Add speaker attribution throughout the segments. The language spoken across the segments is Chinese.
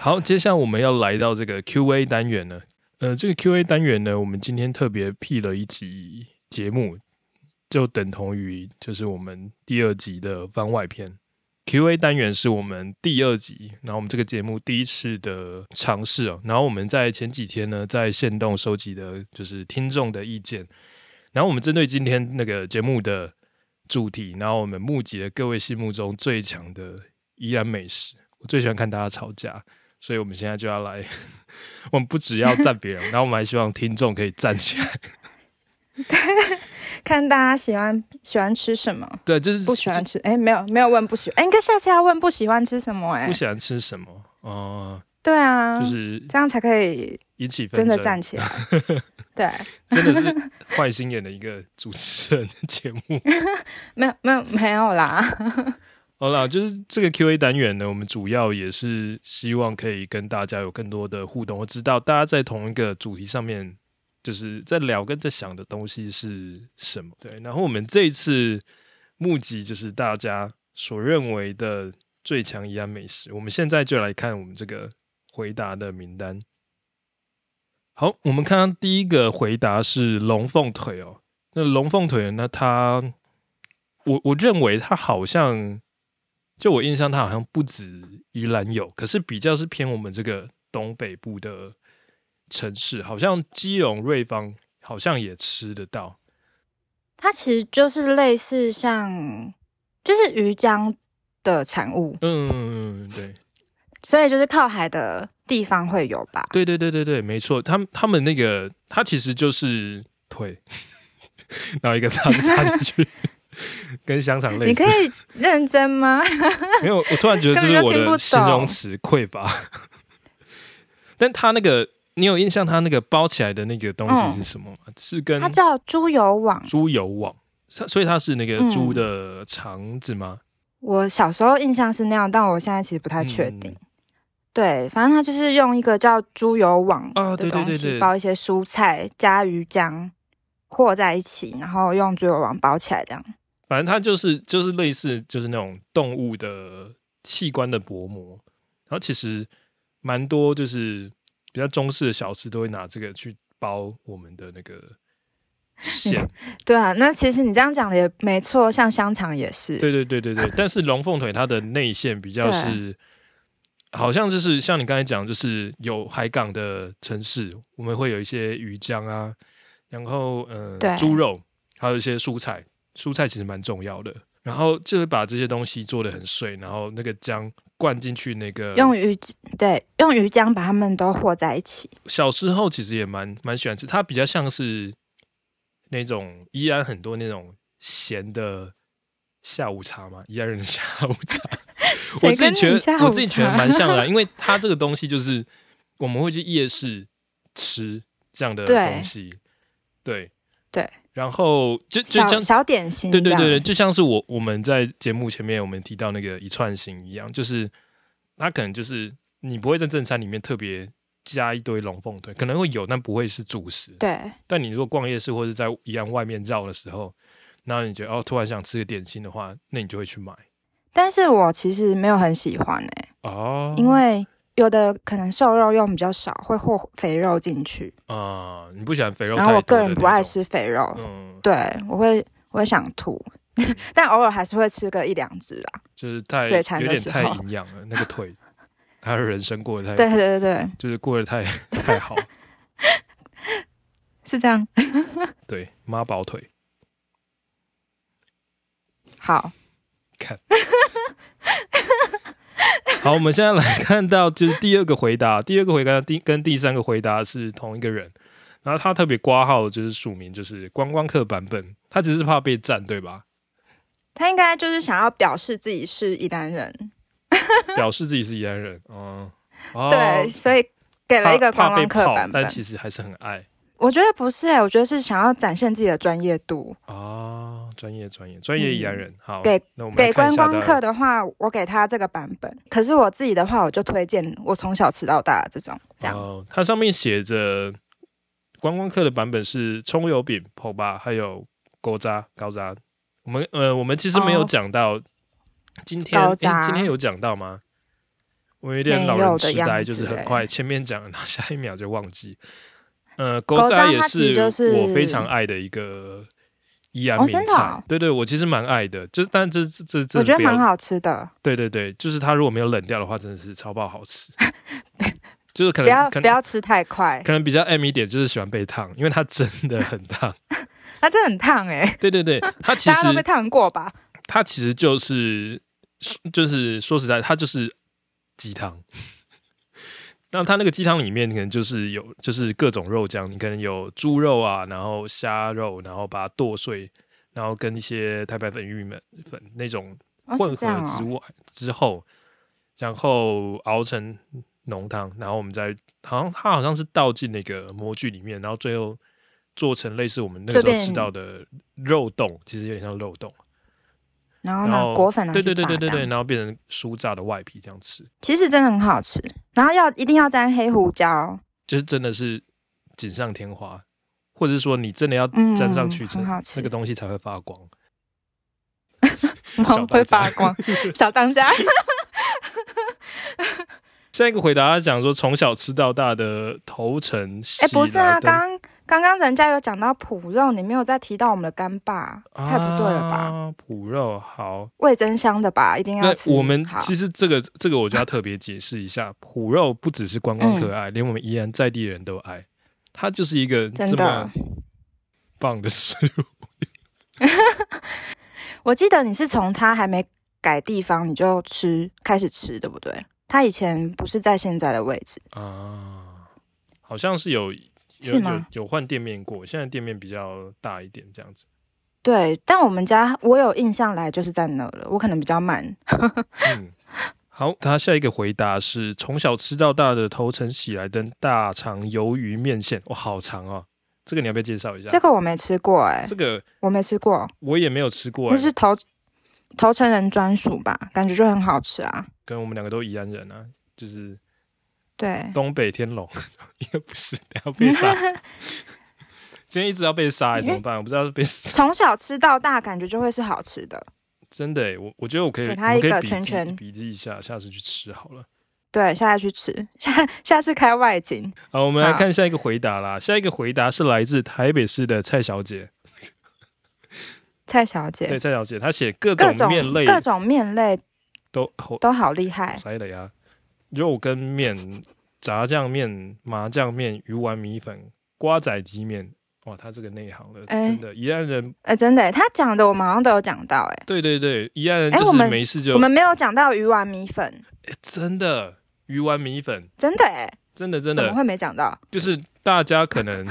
Speaker 1: 好，接下来我们要来到这个 Q&A 单元了。呃，这个 Q&A 单元呢，我们今天特别 P 了一集节目，就等同于就是我们第二集的番外篇。Q&A 单元是我们第二集，然后我们这个节目第一次的尝试哦。然后我们在前几天呢，在线动收集的就是听众的意见，然后我们针对今天那个节目的主题，然后我们募集了各位心目中最强的宜兰美食。我最喜欢看大家吵架，所以我们现在就要来， 我们不只要赞 别人，然后我们还希望听众可以站起来。
Speaker 2: 看大家喜欢喜欢吃什么，
Speaker 1: 对，就是
Speaker 2: 不喜欢吃。哎、没有没有问不喜欢，哎、应该下次要问不喜欢吃什么、
Speaker 1: 不
Speaker 2: 哎，
Speaker 1: 喜欢吃什么，哦、
Speaker 2: 对啊，
Speaker 1: 就是
Speaker 2: 这样才可以
Speaker 1: 引起纷
Speaker 2: 真的
Speaker 1: 争
Speaker 2: 站 起来。对，
Speaker 1: 真 的是坏心眼的一个主持人的节目。
Speaker 2: 没有没有没有啦，
Speaker 1: 好啦，就是这个 Q&A 单元呢，我们主要也是希望可以跟大家有更多的互动，我知道大家在同一个主题上面，就是在聊跟在想的东西是什么。对，然后我们这一次募集就是大家所认为的最强宜兰美食，我们现在就来看我们这个回答的名单。好，我们看到第一个回答是龙凤腿哦，那龙凤腿呢，它我我认为它好像就我印象，它好像不止宜兰有，可是比较是偏我们这个东北部的城市，好像基隆、瑞芳好像也吃得到。
Speaker 2: 它其实就是类似像就是鱼浆的产物，
Speaker 1: 嗯，对，
Speaker 2: 所以就是靠海的地方会有吧。
Speaker 1: 对对对对对，没错，他们他们那个它其实就是腿， 然后一个叉子插进去，跟香肠类
Speaker 2: 你
Speaker 1: 似
Speaker 2: 可。以认真吗？
Speaker 1: 没有，我突然觉得这
Speaker 2: 根本
Speaker 1: 是
Speaker 2: 就
Speaker 1: 我
Speaker 2: 听不
Speaker 1: 的
Speaker 2: 懂
Speaker 1: 形容词匮乏。 但它那个，你有印象它那个包起来的那个东西是什么吗？是跟
Speaker 2: 嗯它叫猪油网。
Speaker 1: 猪油网，它所以它是那个
Speaker 2: 嗯
Speaker 1: 猪的肠子吗？
Speaker 2: 我小时候印象是那样，但我现在其实不太确
Speaker 1: 嗯
Speaker 2: 定。对，反正它就是用一个叫猪油网
Speaker 1: 啊对
Speaker 2: 嗯的
Speaker 1: 对
Speaker 2: 东
Speaker 1: 对
Speaker 2: 西
Speaker 1: 对
Speaker 2: 包一些蔬菜加鱼浆和在一起，然后用猪油网包起来这样。
Speaker 1: 反正它就是就是类似就是那种动物的器官的薄膜，然后其实蛮多就是比较中式的小吃都会拿这个去包我们的那个馅，
Speaker 2: 对啊，那其实你这样讲的也没错，像香肠也是。
Speaker 1: 对对对 对对。但是龙凤腿它的内馅比较
Speaker 2: 对
Speaker 1: 是，好像就是像你刚才讲，就是有海港的城市，我们会有一些鱼浆啊，然后呃
Speaker 2: 对
Speaker 1: 猪肉，还有一些蔬菜，蔬菜其实蛮重要的。然后就会把这些东西做的很碎，然后那个浆灌进去那个
Speaker 2: 用鱼对用鱼浆把它们都和在一起。
Speaker 1: 小时候其实也蛮蛮喜欢吃，它比较像是那种依然很多那种咸的下午茶嘛，依然人的下午 茶。我
Speaker 2: 谁
Speaker 1: 自己
Speaker 2: 跟
Speaker 1: 觉
Speaker 2: 你下午
Speaker 1: 得
Speaker 2: 茶
Speaker 1: 我自己觉得蛮像的啊、因为它这个东西就是我们会去夜市吃这样的
Speaker 2: 对
Speaker 1: 东西，对
Speaker 2: 对，
Speaker 1: 然后就就
Speaker 2: 小
Speaker 1: 像
Speaker 2: 小点心这
Speaker 1: 对
Speaker 2: 样。
Speaker 1: 对对对，就像是我我们在节目前面我们提到那个一串型一样，就是它可能就是你不会在正餐里面特别加一堆龙凤腿，可能会有，但不会是主食。
Speaker 2: 对
Speaker 1: 但你如果逛夜市或者在宜兰外面绕的时候，然后你觉得哦突然想吃个点心的话，那你就会去买
Speaker 2: 但是我其实没有很喜欢哎、
Speaker 1: 哦，
Speaker 2: 因为有的可能瘦肉用比较少，会和肥肉进去，
Speaker 1: 啊、你不喜欢肥肉
Speaker 2: 然后我
Speaker 1: 太多
Speaker 2: 个
Speaker 1: 的
Speaker 2: 人
Speaker 1: 那
Speaker 2: 不爱
Speaker 1: 种，
Speaker 2: 吃肥肉，
Speaker 1: 嗯，
Speaker 2: 对我会我会想吐， 但偶尔还是会吃个一两只啦。
Speaker 1: 嗯就是太
Speaker 2: 嘴馋
Speaker 1: 有
Speaker 2: 的
Speaker 1: 点
Speaker 2: 时
Speaker 1: 太
Speaker 2: 候
Speaker 1: 营养了，那个 腿，他的人生过得太
Speaker 2: 对对对对，
Speaker 1: 就是过得太太好，
Speaker 2: 是这 样。
Speaker 1: 对妈宝腿。
Speaker 2: 好，
Speaker 1: 好，我们现在来看到就是第二个回答，第二个回答第跟第三个回答是同一个人，然后他特别挂号就是署名就是观光客版本，他只是怕被占 对吧？
Speaker 2: 他应该就是想要表示自己是宜兰人，
Speaker 1: 表示自己是宜兰人，嗯，哦
Speaker 2: 对，所以给了一个观
Speaker 1: 怕被
Speaker 2: 光客
Speaker 1: 泡
Speaker 2: 版，本
Speaker 1: 但。其实还是很爱
Speaker 2: 我觉得不是、欸，我觉得是想要展现自己的专业度。
Speaker 1: 啊。专业专业专业宜兰人，好，
Speaker 2: 嗯给
Speaker 1: 那我们来
Speaker 2: 给
Speaker 1: 看一
Speaker 2: 观
Speaker 1: 下
Speaker 2: 光
Speaker 1: 大
Speaker 2: 客
Speaker 1: 家
Speaker 2: 的话，我给他这个版本。可是我自己的话，我就推荐我从小吃到大的这种，这样、
Speaker 1: 哦，它上面写着观光客的版本是葱油饼、泡吧，还有锅渣、高渣。我们呃，我们其实没有
Speaker 2: 哦
Speaker 1: 讲到今天，
Speaker 2: 高
Speaker 1: 诶
Speaker 2: 渣
Speaker 1: 今天有讲到吗？我有点
Speaker 2: 没
Speaker 1: 老
Speaker 2: 有
Speaker 1: 人
Speaker 2: 的
Speaker 1: 痴
Speaker 2: 样子
Speaker 1: 呆，
Speaker 2: 欸
Speaker 1: 就是很
Speaker 2: 诶
Speaker 1: 快前面讲，然后下一秒就忘记。呃，
Speaker 2: 勾
Speaker 1: 勾
Speaker 2: 渣
Speaker 1: 也
Speaker 2: 它其实就是
Speaker 1: 我非常爱的一个宜安
Speaker 2: 哦
Speaker 1: 名
Speaker 2: 真的
Speaker 1: 菜，
Speaker 2: 哦
Speaker 1: 对对，我其实蛮爱的，就是但这这这这
Speaker 2: 我觉得
Speaker 1: 不要
Speaker 2: 蛮好吃的。
Speaker 1: 对对对，就是它如果没有冷掉的话，真的是超爆 好吃。就是可
Speaker 2: 不要
Speaker 1: 能可
Speaker 2: 不
Speaker 1: 能
Speaker 2: 要吃太快，
Speaker 1: 可能比较 M 一点就是喜欢被烫，因为它真的很烫。
Speaker 2: 它真的很烫哎、
Speaker 1: 对对对，它其
Speaker 2: 大家都被
Speaker 1: 实
Speaker 2: 烫过吧？
Speaker 1: 它其实就是就是说实在，它就是鸡汤。那它那个鸡汤里面可能就是有就是各种肉酱，你可能有猪肉啊，然后虾肉，然后把它剁碎，然后跟一些太白粉、玉米粉那种
Speaker 2: 哦，
Speaker 1: 混
Speaker 2: 是
Speaker 1: 合
Speaker 2: 这样
Speaker 1: 之
Speaker 2: 哦。
Speaker 1: 外、之后，然后熬成浓汤，然后我们再好像它好像是倒进那个模具里面，然后最后做成类似我们那个
Speaker 2: 就
Speaker 1: 时候
Speaker 2: 变
Speaker 1: 吃到的肉冻，其实有点像肉冻，
Speaker 2: 然后
Speaker 1: 然
Speaker 2: 呢，
Speaker 1: 后
Speaker 2: 果粉拿
Speaker 1: 对
Speaker 2: 去
Speaker 1: 对对
Speaker 2: 炸
Speaker 1: 对对
Speaker 2: 这
Speaker 1: 对，
Speaker 2: 样
Speaker 1: 然后变成酥炸的外皮这样吃，
Speaker 2: 其实真的很好吃。然后要一定要沾黑胡椒，
Speaker 1: 就是真的是锦上添花，或者是说你真的要
Speaker 2: 嗯，
Speaker 1: 沾上去，真
Speaker 2: 很
Speaker 1: 的
Speaker 2: 好
Speaker 1: 那
Speaker 2: 吃
Speaker 1: 个，东西才会发光。
Speaker 2: 毛会发 光。小当家，
Speaker 1: 下一个回答他讲说，从小吃到大的头城喜
Speaker 2: 哎，不是啊，
Speaker 1: 来登
Speaker 2: 刚刚刚人家有讲到脯肉，你没有再提到我们的干爸，太不对了吧？
Speaker 1: 啊脯肉好，
Speaker 2: 味增香的吧，一定要
Speaker 1: 那
Speaker 2: 吃。
Speaker 1: 我们
Speaker 2: 好，
Speaker 1: 其实这个这个我就要特别解释一下，脯肉不只是观光
Speaker 2: 嗯
Speaker 1: 客爱，连我们宜兰在地人都爱，它就是一个
Speaker 2: 真
Speaker 1: 这么
Speaker 2: 的
Speaker 1: 棒的食物。
Speaker 2: 我记得你是从他还没改地方你就吃开始吃，对不对？他以前不是在现在的位置，
Speaker 1: 啊，好像是有有
Speaker 2: 是
Speaker 1: 有
Speaker 2: 吗
Speaker 1: 有换店面过，现在店面比较大一点这样子。
Speaker 2: 对，但我们家我有印象来就是在那了，我可能比较慢。
Speaker 1: 嗯，好，他下一个回答是从小吃到大的头城喜来登大肠鱿鱼面线，哇，好长哦，这个你要不要介绍一下？
Speaker 2: 这个我没吃过哎、
Speaker 1: 这个
Speaker 2: 我没吃过，
Speaker 1: 我也没有吃过、
Speaker 2: 那
Speaker 1: 欸，
Speaker 2: 是头头城人专属吧？感觉就很好吃啊。
Speaker 1: 跟我们两个都宜安人啊，就是
Speaker 2: 对，
Speaker 1: 东北天龙， 应该 不是，等下被杀。今天一直要被杀、欸，怎么办？我不知道被杀。
Speaker 2: 从小吃到大，感觉就会是好吃的。
Speaker 1: 真的、欸，我我觉得我可以，
Speaker 2: 给
Speaker 1: 我
Speaker 2: 他
Speaker 1: 们可
Speaker 2: 一
Speaker 1: 以
Speaker 2: 个
Speaker 1: 笔
Speaker 2: 圈
Speaker 1: 记
Speaker 2: 圈
Speaker 1: 笔记一下，下次去吃好了。
Speaker 2: 对，下次去吃，下下次开外景。
Speaker 1: 好，我们来
Speaker 2: 好
Speaker 1: 看下一个回答啦。下一个回答是来自台北市的蔡小姐，
Speaker 2: 蔡小姐
Speaker 1: 对，蔡小姐，她写各
Speaker 2: 各
Speaker 1: 种
Speaker 2: 种
Speaker 1: 面类
Speaker 2: 各种面类
Speaker 1: 都好
Speaker 2: 都好厉害，
Speaker 1: 塞了呀，肉跟面、炸酱面、麻酱面、鱼丸米粉、瓜仔鸡面，哇，他这个内行了，
Speaker 2: 哎
Speaker 1: 真的，宜安人，
Speaker 2: 哎、真的欸，他讲的我们好像都有讲到哎、
Speaker 1: 对对对，宜安人
Speaker 2: 哎
Speaker 1: 就
Speaker 2: 我
Speaker 1: 是
Speaker 2: 们
Speaker 1: 没事就
Speaker 2: 我们没有讲到鱼丸米粉，
Speaker 1: 哎真的鱼丸米粉，
Speaker 2: 真的哎、
Speaker 1: 真的真
Speaker 2: 怎么
Speaker 1: 的
Speaker 2: 会没讲到？
Speaker 1: 就是大家可能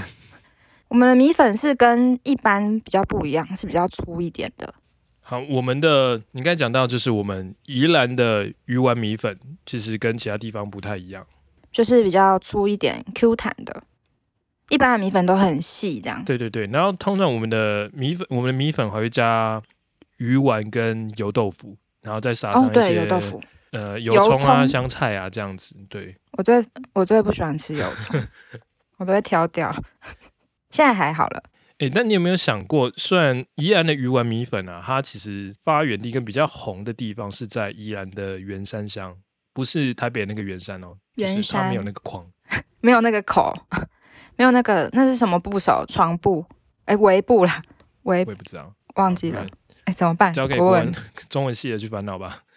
Speaker 2: 我们的米粉是跟一般比较不一样，是比较粗一点的。
Speaker 1: 好，我们的你刚才讲到就是我们宜兰的鱼丸米粉，其实跟其他地方不太一样。
Speaker 2: 就是比较粗一点、Q 弹的。一般的米粉都很细，这样
Speaker 1: 对对对，然后通常我们的米粉，我们的米粉还会加鱼丸跟油豆腐，然后再撒上
Speaker 2: 哦，
Speaker 1: 一些、
Speaker 2: 对，油豆腐，
Speaker 1: 呃油
Speaker 2: 油
Speaker 1: 葱啊、
Speaker 2: 葱
Speaker 1: 香菜啊这样子。对，
Speaker 2: 我最我最不喜欢吃油 葱，我都会挑掉。 现在还好了，
Speaker 1: 诶，但你有没有想过，虽然宜兰的鱼丸米粉啊，它其实发源地跟比较红的地方是在宜兰的员山乡，不是台北那个员山哦，就
Speaker 2: 员
Speaker 1: 是它没有
Speaker 2: 山
Speaker 1: 那个框。
Speaker 2: 没有那个口， 没有那个那是什么部首？床部？哎，围部啦，围
Speaker 1: 我也不知道，
Speaker 2: 忘记了
Speaker 1: 嗯，
Speaker 2: 哎，怎么办？
Speaker 1: 交给
Speaker 2: 国
Speaker 1: 国文
Speaker 2: 文
Speaker 1: 中文系的去烦恼吧。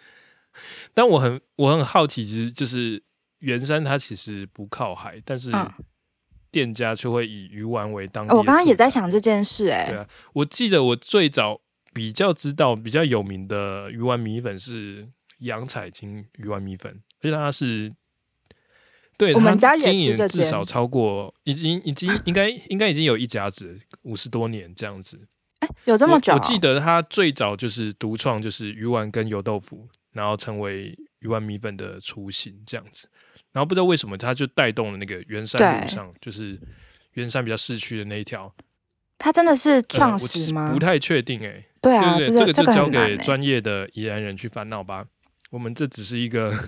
Speaker 1: 但我很我很好奇，其实就是圆山它其实不靠海，但是
Speaker 2: 嗯
Speaker 1: 店家却会以鱼丸为当地、
Speaker 2: 哦我刚刚也在，想这件事，
Speaker 1: 对啊
Speaker 2: 哎，
Speaker 1: 我记得我最早比较知道比较有名的鱼丸米粉是杨彩金鱼丸米粉，而且它是。对，
Speaker 2: 我们
Speaker 1: 它
Speaker 2: 家也
Speaker 1: 经
Speaker 2: 吃
Speaker 1: 营
Speaker 2: 这
Speaker 1: 至少
Speaker 2: 间
Speaker 1: 超过，已经已经应该应该已经有一甲子五十多年这样子。
Speaker 2: 有这么久
Speaker 1: 我，
Speaker 2: 哦？
Speaker 1: 我记得他最早就是独创，就是鱼丸跟油豆腐，然后成为鱼丸米粉的雏形这样子。然后不知道为什么他就带动了那个圆山路上，就是圆山比较市区的那一条。
Speaker 2: 它真的是
Speaker 1: 呃
Speaker 2: 撞
Speaker 1: 我
Speaker 2: 石吗？
Speaker 1: 不太确定哎、
Speaker 2: 对啊，
Speaker 1: 对对，
Speaker 2: 这
Speaker 1: 个
Speaker 2: 这
Speaker 1: 就
Speaker 2: 个
Speaker 1: 交
Speaker 2: 很难
Speaker 1: 给
Speaker 2: 欸
Speaker 1: 专业的宜兰人去烦恼吧。我们这只是一个，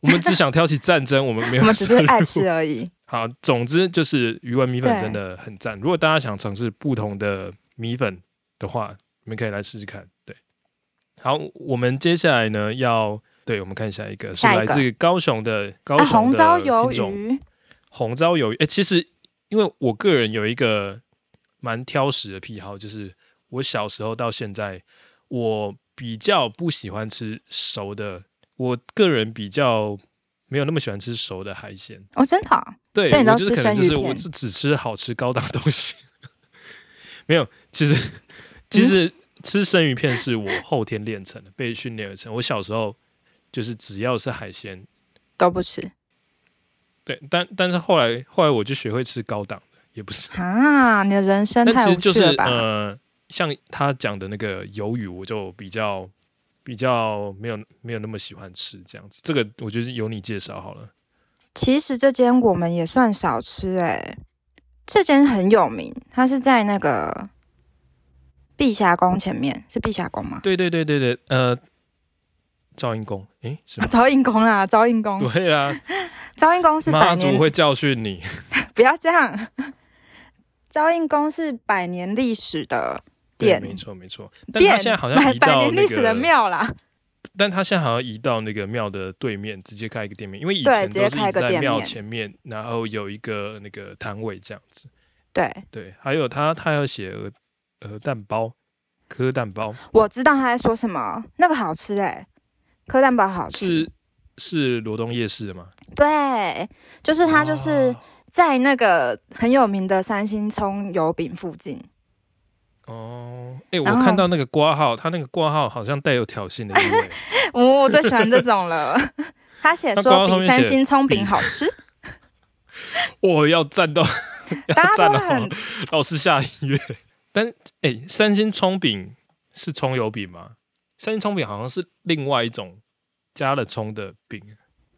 Speaker 1: 我们只想挑起战争，我们没有，
Speaker 2: 我们只 是爱吃。而已。
Speaker 1: 好，总之就是鱼丸米粉
Speaker 2: 对
Speaker 1: 真的很赞。如果大家想尝试不同的米粉的话，你们可以来试试看。对，好，我们接下来呢要对，我们看下一个是
Speaker 2: 下一
Speaker 1: 来
Speaker 2: 个
Speaker 1: 自高雄的高
Speaker 2: 啊，
Speaker 1: 雄
Speaker 2: 红
Speaker 1: 的
Speaker 2: 糟
Speaker 1: 品
Speaker 2: 鱿
Speaker 1: 种
Speaker 2: 鱼，
Speaker 1: 红糟鱿鱼，哎、其实因为我个人有一个蛮挑食的癖好，就是我小时候到现在，我比较不喜欢吃熟的，我个人比较没有那么喜欢吃熟的海鲜。
Speaker 2: 哦，真的啊、
Speaker 1: 对，
Speaker 2: 所以你
Speaker 1: 我
Speaker 2: 都
Speaker 1: 就是
Speaker 2: 吃
Speaker 1: 可能
Speaker 2: 生
Speaker 1: 就
Speaker 2: 鱼
Speaker 1: 是
Speaker 2: 片
Speaker 1: 我是只吃好吃高档东西。 没有，其实
Speaker 2: 嗯
Speaker 1: 其实吃生鱼片是我后天练成的，被训练而成。我小时候就是只要是海鲜，
Speaker 2: 都不吃
Speaker 1: 对，但但是后来后来我就学会吃高档的，也不是，
Speaker 2: 啊！你的人生
Speaker 1: 但
Speaker 2: 太
Speaker 1: 其
Speaker 2: 无
Speaker 1: 实就
Speaker 2: 趣
Speaker 1: 是
Speaker 2: 了吧？
Speaker 1: 呃，像他讲的那个鱿鱼，我就比较比较没有没有那么喜欢吃这样子。这个我觉得由你介绍好了。
Speaker 2: 其实这间我们也算少吃哎、这间很有名，它是在那个碧霞宫前面，是碧霞宫吗？
Speaker 1: 对对对对对，呃，赵英公，诶，是
Speaker 2: 啊，
Speaker 1: 吗？
Speaker 2: 招印宫啦，招印宫，
Speaker 1: 对啊，
Speaker 2: 招印宫是
Speaker 1: 妈
Speaker 2: 百
Speaker 1: 祖
Speaker 2: 年，
Speaker 1: 会教 训你。
Speaker 2: 不要这样。招印宫是百年历史的
Speaker 1: 对，
Speaker 2: 店，
Speaker 1: 没错没错。但
Speaker 2: 店
Speaker 1: 他现在好像
Speaker 2: 百
Speaker 1: 移
Speaker 2: 百
Speaker 1: 到
Speaker 2: 年
Speaker 1: 那
Speaker 2: 历史的
Speaker 1: 个，
Speaker 2: 庙啦，
Speaker 1: 但他现在好像移到那个庙的对面，直接开一个店面，因为以
Speaker 2: 对
Speaker 1: 前
Speaker 2: 直接
Speaker 1: 都是
Speaker 2: 开
Speaker 1: 一
Speaker 2: 一
Speaker 1: 直
Speaker 2: 个
Speaker 1: 在
Speaker 2: 店
Speaker 1: 庙
Speaker 2: 面
Speaker 1: 前面，然后有一个那个摊位这样子。
Speaker 2: 对，
Speaker 1: 对，还有他他要写鹅鹅蛋包，科蛋包
Speaker 2: 我知道他在说什么，那个好吃哎、柯蛋堡好吃，
Speaker 1: 是是罗东夜市的吗？
Speaker 2: 对，就是它就是
Speaker 1: 哦
Speaker 2: 在那个很有名的三星葱油饼附 近，
Speaker 1: 哦，哎、
Speaker 2: 然
Speaker 1: 我
Speaker 2: 后
Speaker 1: 看到那个挂号，他那个挂号好像带有挑衅的意 味，
Speaker 2: 哦，我最喜欢这种 了。他写
Speaker 1: 那挂
Speaker 2: 说
Speaker 1: 到后
Speaker 2: 比
Speaker 1: 面
Speaker 2: 三
Speaker 1: 写
Speaker 2: 星葱饼
Speaker 1: 比
Speaker 2: 好吃，
Speaker 1: 我要战斗，
Speaker 2: 大
Speaker 1: 要
Speaker 2: 家
Speaker 1: 哦战
Speaker 2: 都
Speaker 1: 斗，
Speaker 2: 很
Speaker 1: 老师下音乐。但哎、三星葱饼是葱油饼吗？三星葱饼好像是另外一种加了葱的饼，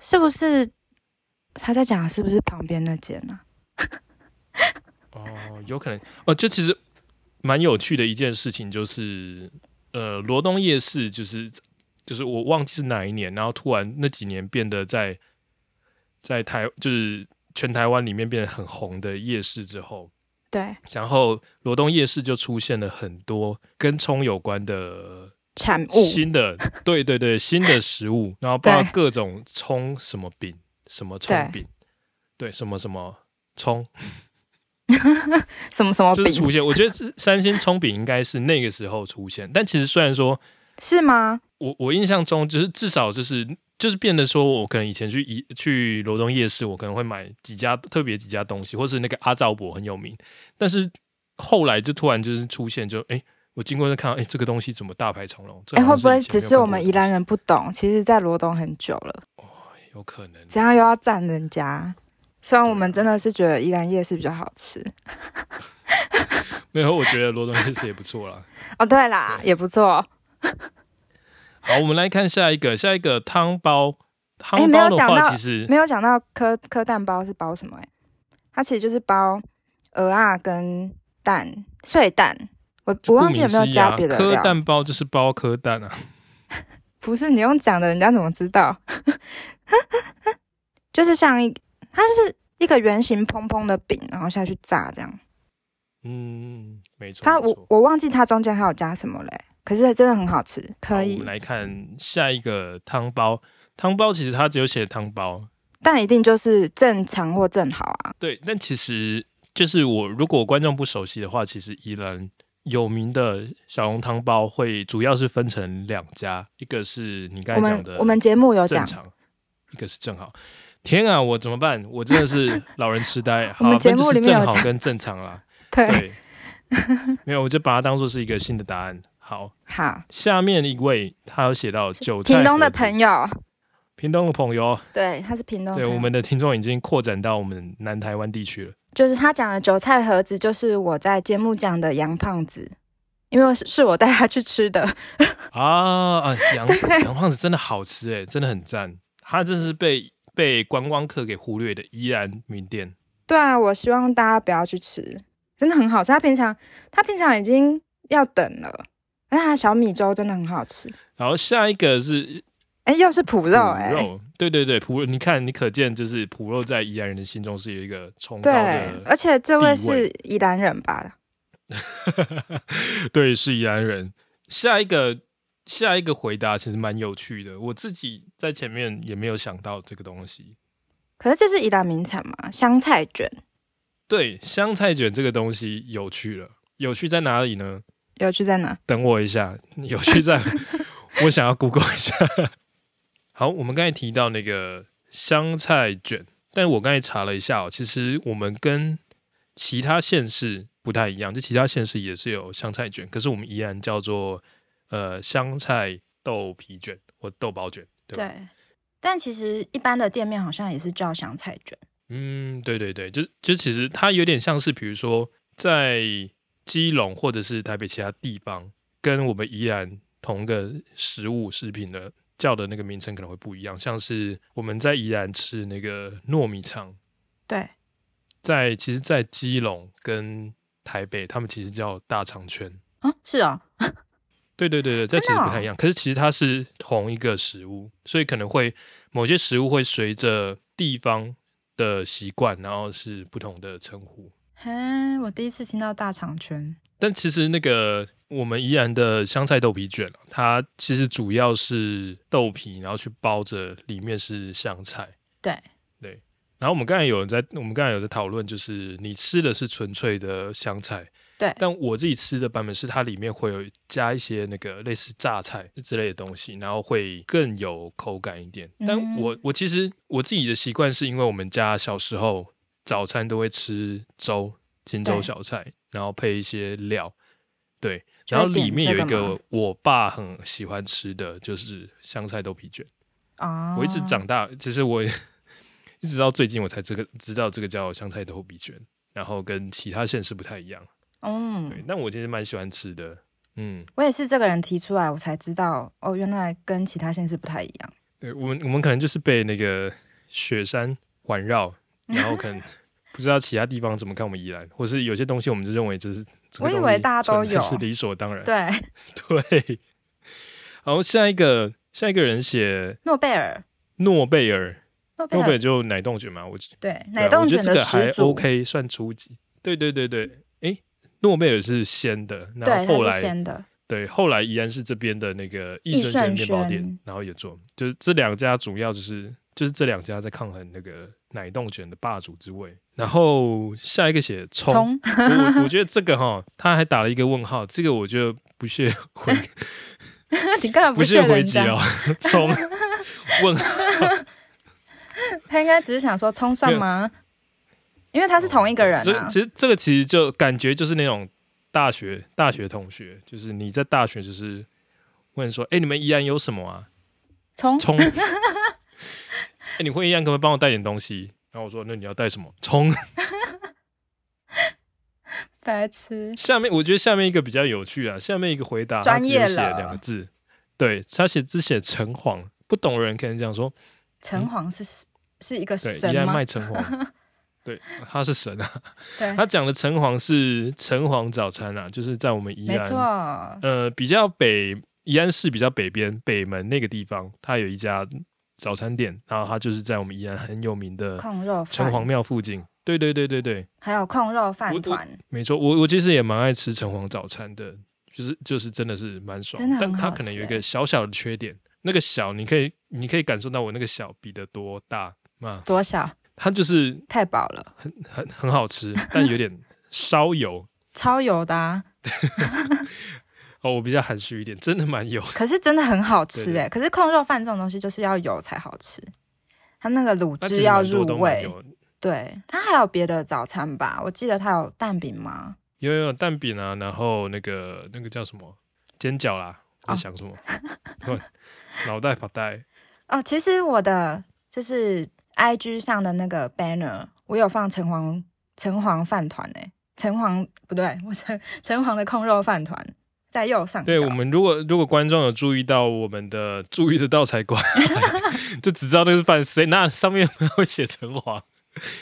Speaker 2: 是不是？他在讲的是不是旁边那间啊呢、
Speaker 1: 哦，有可能哦。就其实蛮有趣的一件事情，就是呃，罗东夜市就是就是我忘记是哪一年，然后突然那几年变得在在台就是全台湾里面变得很红的夜市之后，
Speaker 2: 对，
Speaker 1: 然后罗东夜市就出现了很多跟葱有关的
Speaker 2: 产物
Speaker 1: 新的，对对对，新的食物，然后包括
Speaker 2: 哦对
Speaker 1: 各种葱什么饼，什么葱
Speaker 2: 对
Speaker 1: 饼，对，什么什么葱。
Speaker 2: 什么什么
Speaker 1: 就是
Speaker 2: 哦饼
Speaker 1: 出现。我觉得这三星葱饼应该是那个时候出现，但其实虽然说
Speaker 2: 是吗？
Speaker 1: 我我印象中就是至少就是就是变得说我可能以前去一去罗东夜市，我可能会买几家特别几家东西，或是那个阿照伯很有名，但是后来就突然就是出现就哎。我经过就看到，哎、这个东西怎么大排长龙？这
Speaker 2: 哎、
Speaker 1: 好
Speaker 2: 会
Speaker 1: 像
Speaker 2: 不会
Speaker 1: 以前
Speaker 2: 只
Speaker 1: 没有
Speaker 2: 是
Speaker 1: 看
Speaker 2: 我
Speaker 1: 过
Speaker 2: 们
Speaker 1: 的
Speaker 2: 宜
Speaker 1: 东
Speaker 2: 兰
Speaker 1: 西？
Speaker 2: 人不懂？其实，在罗东很久了，
Speaker 1: 有可能。
Speaker 2: 怎样又要占人家？虽然我
Speaker 1: 对
Speaker 2: 们
Speaker 1: 啊
Speaker 2: 真的是觉得宜兰夜市比较好吃
Speaker 1: 没有，我觉得罗东夜市也不错啦。
Speaker 2: 哦，对啦，
Speaker 1: 对
Speaker 2: 也不错。
Speaker 1: 好，我们来看下一个，下一个汤包。汤
Speaker 2: 哎没
Speaker 1: 包
Speaker 2: 有
Speaker 1: 的
Speaker 2: 讲
Speaker 1: 话，
Speaker 2: 到
Speaker 1: 其实
Speaker 2: 没有讲到颗颗蛋包是包什么、欸？它其实就是包鹅啊跟蛋碎蛋。我我忘记有没有加别的
Speaker 1: 啊颗
Speaker 2: 料。
Speaker 1: 蛋包就是包颗蛋啊。
Speaker 2: 不是你用讲的，人家怎么知道？ 就是像一，它就是一个圆形蓬蓬的饼，然后下去炸这样。
Speaker 1: 嗯，没错。
Speaker 2: 它
Speaker 1: 没
Speaker 2: 我
Speaker 1: 错
Speaker 2: 我忘记它中间还有加什么嘞、可是真的很好吃，
Speaker 1: 好
Speaker 2: 可
Speaker 1: 我
Speaker 2: 以
Speaker 1: 们，来看下一个汤包。汤包其实它只有写汤包，
Speaker 2: 但一定就是正常或正好啊。
Speaker 1: 对。但其实就是我，如果观众不熟悉的话，其实宜兰有名的小笼汤包会主要是分成两家，一个是你刚
Speaker 2: 我
Speaker 1: 才讲
Speaker 2: 们
Speaker 1: 的
Speaker 2: 我们节目有
Speaker 1: 正
Speaker 2: 讲，
Speaker 1: 常，一个是正好。天啊，我怎么办？我真的是老人痴呆。好
Speaker 2: 我
Speaker 1: 啊，
Speaker 2: 们节
Speaker 1: 那就
Speaker 2: 目
Speaker 1: 是
Speaker 2: 里面有
Speaker 1: 正好
Speaker 2: 讲
Speaker 1: 跟正常啦。
Speaker 2: 对，
Speaker 1: 对，没有，我就把它当做是一个新的答案。好，
Speaker 2: 好，
Speaker 1: 下面一位他有写到韭菜
Speaker 2: 屏东的
Speaker 1: 盒子
Speaker 2: 朋友。
Speaker 1: 屏东的朋友，哦
Speaker 2: 对，他是屏东朋
Speaker 1: 对
Speaker 2: 友。
Speaker 1: 我们的听众已经扩展到我们南台湾地区了。
Speaker 2: 就是他讲的韭菜盒子，就是我在节目讲的洋胖子，因为是是我带他去吃的。
Speaker 1: 欸啊啊，杨杨胖子真的好吃哎、真的很赞。他真是被被观光客给忽略的宜兰名店。
Speaker 2: 对啊，我希望大家不要去吃，真的很好吃。它平常它平常已经要等了，而且它小米粥真的很好吃。
Speaker 1: 然后下一个是
Speaker 2: 哎，又是脯肉哎、
Speaker 1: 脯肉，对对对，脯肉，你看你可见就是脯肉在宜兰人的心中是有一个崇高
Speaker 2: 对，
Speaker 1: 的，
Speaker 2: 而且这位
Speaker 1: 地位
Speaker 2: 是宜兰人吧？
Speaker 1: 对，是宜兰人。下一个下一个回答其实蛮有趣的，我自己在前面也没有想到这个东西。
Speaker 2: 可是这是宜兰名产嘛？香菜卷
Speaker 1: 对，香菜卷这个东西有趣了，有趣在哪里呢？
Speaker 2: 有趣在哪？
Speaker 1: 等我一下，有趣在，我想要 Google 一下。 好，我们刚才提到那个香菜卷，但我刚才查了一下哦，其实我们跟其他县市不太一样，就其他县市也是有香菜卷，可是我们依然叫做呃香菜豆皮卷或豆包卷，对吧？
Speaker 2: 对，但其实一般的店面好像也是叫香菜卷。
Speaker 1: 嗯，对对对，就就其实它有点像是，比如说在基隆或者是台北其他地方，跟我们宜兰同一个食物食品的叫的那个名称可能会不一样。像是我们在宜兰吃那个糯米肠，
Speaker 2: 对，
Speaker 1: 在其实，在基隆跟台北，他们其实叫大肠圈。
Speaker 2: 啊，是哦，
Speaker 1: 对对对对，这其
Speaker 2: 真的
Speaker 1: 实不太
Speaker 2: 哦
Speaker 1: 一样，可是其实它是同一个食物，所以可能会某些食物会随着地方的习惯，然后是不同的称呼。
Speaker 2: 嘿，我第一次听到大肠圈。
Speaker 1: 但其实那个我们宜兰的香菜豆皮卷、啊、它其实主要是豆皮，然后去包着里面是香菜。
Speaker 2: 对，
Speaker 1: 对。然后我们刚才有在，我们刚才有在讨论，就是你吃的是纯粹的香菜，
Speaker 2: 对
Speaker 1: 但我自己吃的版本是它里面会有加一些那个类似榨菜之类的东西，然后会更有口感一点。但
Speaker 2: 嗯
Speaker 1: 我我其实我自己的习惯是因为我们家小时候早餐都会吃粥，青州
Speaker 2: 对
Speaker 1: 小菜，然后配一些料，对。
Speaker 2: 就
Speaker 1: 然
Speaker 2: 会
Speaker 1: 后里
Speaker 2: 点
Speaker 1: 面
Speaker 2: 这
Speaker 1: 有一
Speaker 2: 个吗
Speaker 1: 个我爸很喜欢吃的就是香菜豆皮卷。
Speaker 2: 哦，
Speaker 1: 我一直长大，其实我也 一直到最近我才这个知道这个叫香菜豆皮卷，然后跟其他县市不太一样。对，
Speaker 2: 嗯，
Speaker 1: 但我其实蛮喜欢吃的。嗯，
Speaker 2: 我也是这个人提出来，我才知道哦，原来跟其他县市不太一样。
Speaker 1: 对我们我们可能就是被那个雪山环绕，
Speaker 2: 嗯
Speaker 1: 然后可能不知道其他地方怎么看我们宜兰，或是有些东西我们就认为这是这个
Speaker 2: 我以
Speaker 1: 东
Speaker 2: 为
Speaker 1: 西
Speaker 2: 大家都
Speaker 1: 存在是
Speaker 2: 有
Speaker 1: 理所当然。
Speaker 2: 对，
Speaker 1: 对，然后下一个下一个人写
Speaker 2: 诺贝尔，
Speaker 1: 诺贝尔，
Speaker 2: 诺贝
Speaker 1: 诺贝尔
Speaker 2: 尔，
Speaker 1: 就奶冻卷嘛，我记
Speaker 2: 对，
Speaker 1: 对啊
Speaker 2: 奶冻卷
Speaker 1: 我觉
Speaker 2: 的
Speaker 1: 得这个
Speaker 2: 始
Speaker 1: 还
Speaker 2: 祖，
Speaker 1: OK，算初级。对对对对，诶，诺贝尔是先的，然
Speaker 2: 对，
Speaker 1: 后后
Speaker 2: 它是
Speaker 1: 来
Speaker 2: 先的，
Speaker 1: 对后来依然是这边的那个益
Speaker 2: 益
Speaker 1: 顺轩
Speaker 2: 顺
Speaker 1: 面包店
Speaker 2: 轩，
Speaker 1: 然后也做，就是这两家主要就是就是这两家在抗衡那个奶冻卷的霸主之位。然后下一个写葱，
Speaker 2: 葱，
Speaker 1: 我我我觉得这个哈，他还打了一个问号，这个我觉得 不屑回
Speaker 2: 你根本
Speaker 1: 不
Speaker 2: 屑
Speaker 1: 屑回
Speaker 2: 人
Speaker 1: 击
Speaker 2: 家，
Speaker 1: 哦， 葱问号
Speaker 2: 他应该只是想说葱算吗？因为他是同一个人
Speaker 1: 这
Speaker 2: 啊，
Speaker 1: 其实这个其实就感觉就是那种大学大学同学，就是你在大学就是问说，哎、你们宜兰有什么啊？
Speaker 2: 葱
Speaker 1: 葱。 哎、你会宜兰，可不可以帮我带点东西？然后我说，那你要带什么？葱。
Speaker 2: 白痴，
Speaker 1: 下面我觉得下面一个比较有趣啊，下面一个回答他
Speaker 2: 专
Speaker 1: 只
Speaker 2: 业
Speaker 1: 有写
Speaker 2: 了
Speaker 1: 两个字，对他写只写橙黄，不懂的人可能讲说，
Speaker 2: 橙黄是是一个
Speaker 1: 对，宜
Speaker 2: 神
Speaker 1: 兰
Speaker 2: 吗
Speaker 1: 卖？橙黄。对，他是神啊！
Speaker 2: 对，
Speaker 1: 他讲的橙黄是橙黄早餐啊，就是在我们宜
Speaker 2: 没
Speaker 1: 兰
Speaker 2: 错，
Speaker 1: 呃，比较北宜安市比较北边北门那个地方，它有一家早餐店，然后它就是在我们宜安很有名的
Speaker 2: 控肉
Speaker 1: 城隍
Speaker 2: 饭，
Speaker 1: 庙附近。对对对对对，
Speaker 2: 还有控肉饭
Speaker 1: 我我
Speaker 2: 团，
Speaker 1: 没错，我我其实也蛮爱吃城隍早餐的，就是就是真的是蛮爽，
Speaker 2: 真的
Speaker 1: 但
Speaker 2: 很
Speaker 1: 它
Speaker 2: 好
Speaker 1: 可能有一
Speaker 2: 吃欸
Speaker 1: 个小小的缺点，那个小你可以你可以感受到我那个小比得多大嘛，
Speaker 2: 多少
Speaker 1: 它就是
Speaker 2: 太饱了，
Speaker 1: 很很好吃，但 有点烧油
Speaker 2: 超油的、啊，
Speaker 1: 哦，我比较含蓄一点，真的蛮油。
Speaker 2: 可是真的很好
Speaker 1: 对
Speaker 2: 吃
Speaker 1: 对
Speaker 2: 哎、可是控肉饭这种东西就是要油才好吃，它那个卤
Speaker 1: 那其
Speaker 2: 汁
Speaker 1: 实
Speaker 2: 要
Speaker 1: 蛮多
Speaker 2: 入
Speaker 1: 都蛮
Speaker 2: 味
Speaker 1: 油。的
Speaker 2: 对，它还有别的早餐吧？我记得它有蛋饼吗？
Speaker 1: 有有有蛋饼啊，然后那个那个叫什么煎饺啦，我在
Speaker 2: 哦
Speaker 1: 想什么？ 对脑袋发呆。
Speaker 2: 哦，其实我的就是 I G 上的那个 banner，我有放城隍城隍饭团哎、欸，城隍不对，我城城隍的控肉饭团。在右 上角。
Speaker 1: 对我们如果如果观众有注意到我们的注意得到才怪， 就只知道那是饭，谁那上面会写橙黄。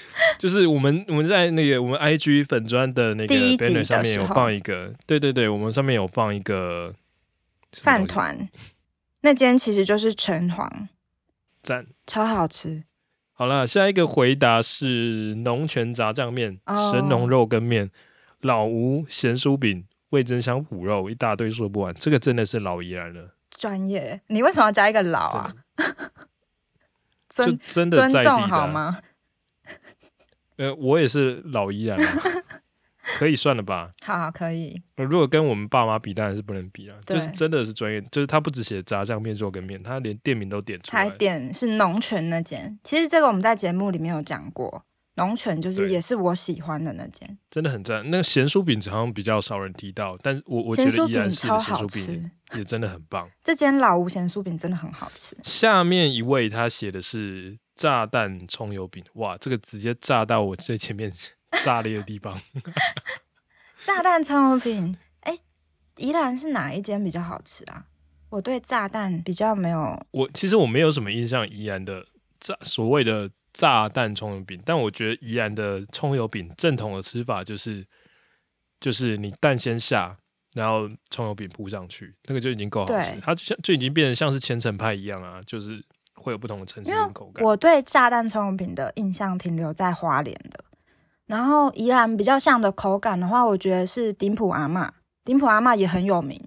Speaker 1: 就是我们我们在那个我们 IG 粉砖的那个
Speaker 2: 第一集
Speaker 1: banner
Speaker 2: 的
Speaker 1: 上面有
Speaker 2: 时候
Speaker 1: 放一个，对对对，我们上面有放一个什么
Speaker 2: 饭
Speaker 1: 东西
Speaker 2: 团，那间其实就是橙黄，
Speaker 1: 赞。
Speaker 2: 超好吃。
Speaker 1: 好了，下一个回答是浓泉炸酱面、
Speaker 2: 哦
Speaker 1: 神农肉羹面、老吴咸酥饼、味增香脯肉，一大堆说不完。这个真的是老宜兰了，
Speaker 2: 专业，你为什么要加一个老
Speaker 1: 真
Speaker 2: 啊
Speaker 1: 的？就
Speaker 2: 尊
Speaker 1: 真的
Speaker 2: 尊
Speaker 1: 在地的
Speaker 2: 重
Speaker 1: 啊
Speaker 2: 好？吗？
Speaker 1: 呃，我也是老宜 兰啊，可以算了吧。
Speaker 2: 好好，可以。
Speaker 1: 呃如果跟我们爸妈比，当然是不能比了。
Speaker 2: 对
Speaker 1: 就是真的是专业，就是他不只写炸酱面、肉羹面，他连店名都点出来
Speaker 2: 还。点是农泉那间，其实这个我们在节目里面有讲过，农泉就是
Speaker 1: 对
Speaker 2: 也是我喜欢的那间，
Speaker 1: 真的很赞。那个咸酥饼好像比较少人提到，但是我我觉
Speaker 2: 咸
Speaker 1: 得
Speaker 2: 酥
Speaker 1: 宜
Speaker 2: 饼
Speaker 1: 兰市的
Speaker 2: 超
Speaker 1: 咸
Speaker 2: 好
Speaker 1: 酥饼
Speaker 2: 吃，
Speaker 1: 也也真的很棒。
Speaker 2: 这间老吴咸酥饼真的很好吃，
Speaker 1: 下面一位他写的是炸弹葱油饼，哇，这个直接炸到我最前面 炸裂的地方。
Speaker 2: 炸弹葱油饼，哎，宜兰是哪一间比较好吃啊？我对炸弹比较没有，
Speaker 1: 我其实我没有什么印象宜兰的炸所谓的炸弹葱油饼，但我觉得宜兰的葱油饼正统的吃法就是就是你蛋先下，然后葱油饼铺上去，那个就已经够好吃
Speaker 2: 对。
Speaker 1: 它就像就已经变成像是千层派一样啊，就是会有不同的层次
Speaker 2: 因为
Speaker 1: 跟口感。
Speaker 2: 我对炸弹葱油饼的印象停留在花莲的，然后宜兰比较像的口感的话，我觉得是顶埔阿嬷，顶埔阿嬷也很有名，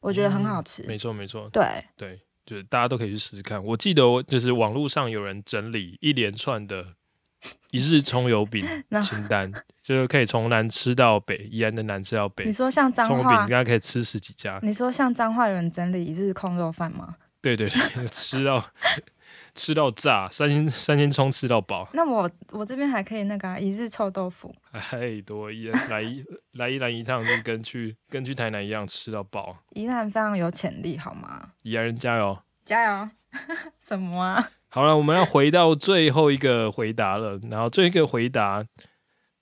Speaker 2: 我觉得很好吃，
Speaker 1: 嗯没错没错，
Speaker 2: 对。
Speaker 1: 对，就是大家都可以去试试看。我记得我就是网络上有人整理一连串的一日葱油饼
Speaker 2: 那
Speaker 1: 清单，就是可以从南吃到北，宜兰的南吃到北
Speaker 2: 你。说像脏
Speaker 1: 葱油饼啊
Speaker 2: 话嗯
Speaker 1: 应，该可以吃十几家，
Speaker 2: 你说像彰化有人整理一日空肉饭吗？
Speaker 1: 对对对， 吃到吃到炸，三星三星葱吃到饱，
Speaker 2: 那我我这边还可以那个啊、一日臭豆腐，
Speaker 1: 太哎多一来一来一兰一趟就跟去跟去台南一样吃到饱，
Speaker 2: 依然非常有潜力，好吗？
Speaker 1: 宜兰人加油！
Speaker 2: 加油！ 什么啊？
Speaker 1: 好了，我们要回到最后一个回答了。然后最后一个回答，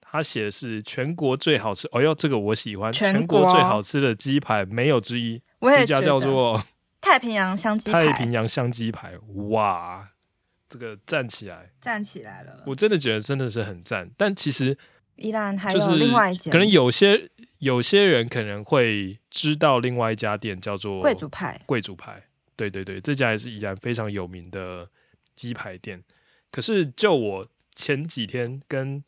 Speaker 1: 他写的是全国最好吃。哦哟，这个我喜欢，
Speaker 2: 全
Speaker 1: 全
Speaker 2: 国
Speaker 1: 国最好吃的鸡排没有之一，
Speaker 2: 我
Speaker 1: 一
Speaker 2: 也觉
Speaker 1: 家
Speaker 2: 得
Speaker 1: 叫做
Speaker 2: 太平洋香鸡
Speaker 1: 太
Speaker 2: 排
Speaker 1: 平洋香鸡排。哇，这个站起来，
Speaker 2: 站起来了。
Speaker 1: 我真的觉得真的是很赞。但其实
Speaker 2: 依然还
Speaker 1: 就
Speaker 2: 有
Speaker 1: 是
Speaker 2: 另外一间，
Speaker 1: 可能有些有些人可能会知道另外一家店叫做
Speaker 2: 贵族派，
Speaker 1: 贵族牌，对对对，这家也是宜兰非常有名的鸡排店。可是就我前几天跟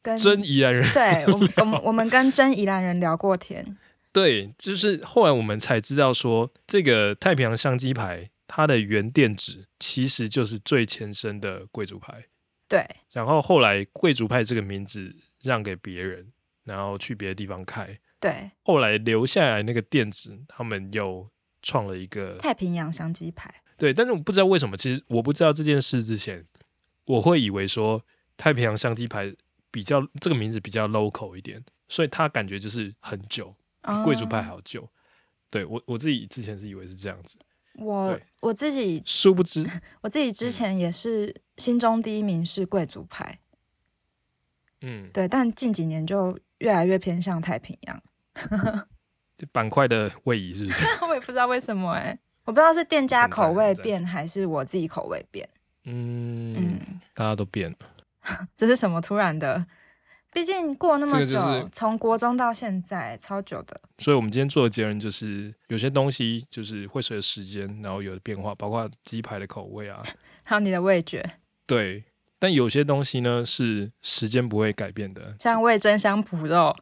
Speaker 2: 跟
Speaker 1: 真宜兰人，
Speaker 2: 对我们我 们我们跟真宜兰人聊过天，
Speaker 1: 对，就是后来我们才知道说，这个太平洋香鸡排它的原店址其实就是最前身的贵族牌，
Speaker 2: 对
Speaker 1: 然后后来贵族派这个名字让给别人，然后去别的地方开，
Speaker 2: 对，
Speaker 1: 后来留下来那个店址，他们又创了一个
Speaker 2: 太平洋香鸡排，
Speaker 1: 对，但是我不知道为什么，其实我不知道这件事之前，我会以为说太平洋香鸡排比较这个名字比较 local 一点，所以它感觉就是很久，比贵族派
Speaker 2: 哦
Speaker 1: 还要久。对我我自己之前是以为是这样子，
Speaker 2: 嗯我
Speaker 1: 对嗯
Speaker 2: 我自己
Speaker 1: 殊 不知，
Speaker 2: 我自己之前也是心中第一名是贵族派，
Speaker 1: 嗯，
Speaker 2: 对，但近几年就越来越偏向太平 洋，
Speaker 1: 板块的位移是不 是？
Speaker 2: 我也不知道为什么哎、我不知道是店家
Speaker 1: 欸很赞
Speaker 2: 口味
Speaker 1: 很赞
Speaker 2: 变还是我自己口味变，
Speaker 1: 嗯，
Speaker 2: 嗯，
Speaker 1: 大家都变了，
Speaker 2: 这是什么突然的？毕竟过那么
Speaker 1: 这个
Speaker 2: 久，
Speaker 1: 就是
Speaker 2: 从国中到现在超久的，
Speaker 1: 所以我们今天做的结论就是，有些东西就是会随着时间，然后有的变化，包括鸡排的口味啊，
Speaker 2: 还有你的味觉，
Speaker 1: 对。但有些东西呢是时间不会改变的，
Speaker 2: 像味增香脯肉，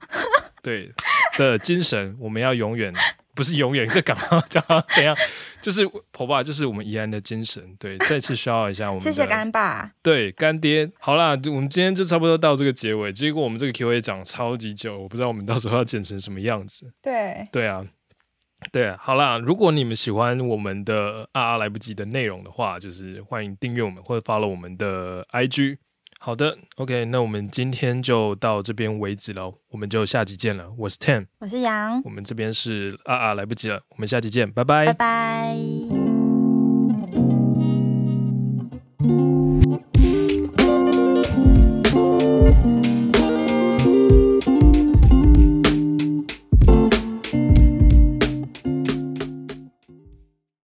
Speaker 1: 对的精神，我们要永远不是永远，这港澳 讲到怎样？就是婆爸，就是我们宜兰的精神。对，再次需要一下我们
Speaker 2: 谢
Speaker 1: 的。
Speaker 2: 谢干爸，
Speaker 1: 对干爹。好啦，就我们今天就差不多到这个结尾。结果我们这个 Q&A 讲超级久，我不知道我们到时候要剪成什么样子。
Speaker 2: 对，
Speaker 1: 对啊，对啊，好啦，如果你们喜欢我们的啊啊来不及的内容的话，就是欢迎订阅我们或者 follow 我们的 IG。好的，OK，那我们今天就到这边为止了，我们就下集见了。我是 Ten。
Speaker 2: 我是杨，
Speaker 1: 我们这边是啊啊来不及了，我们下期见，拜
Speaker 2: 拜拜。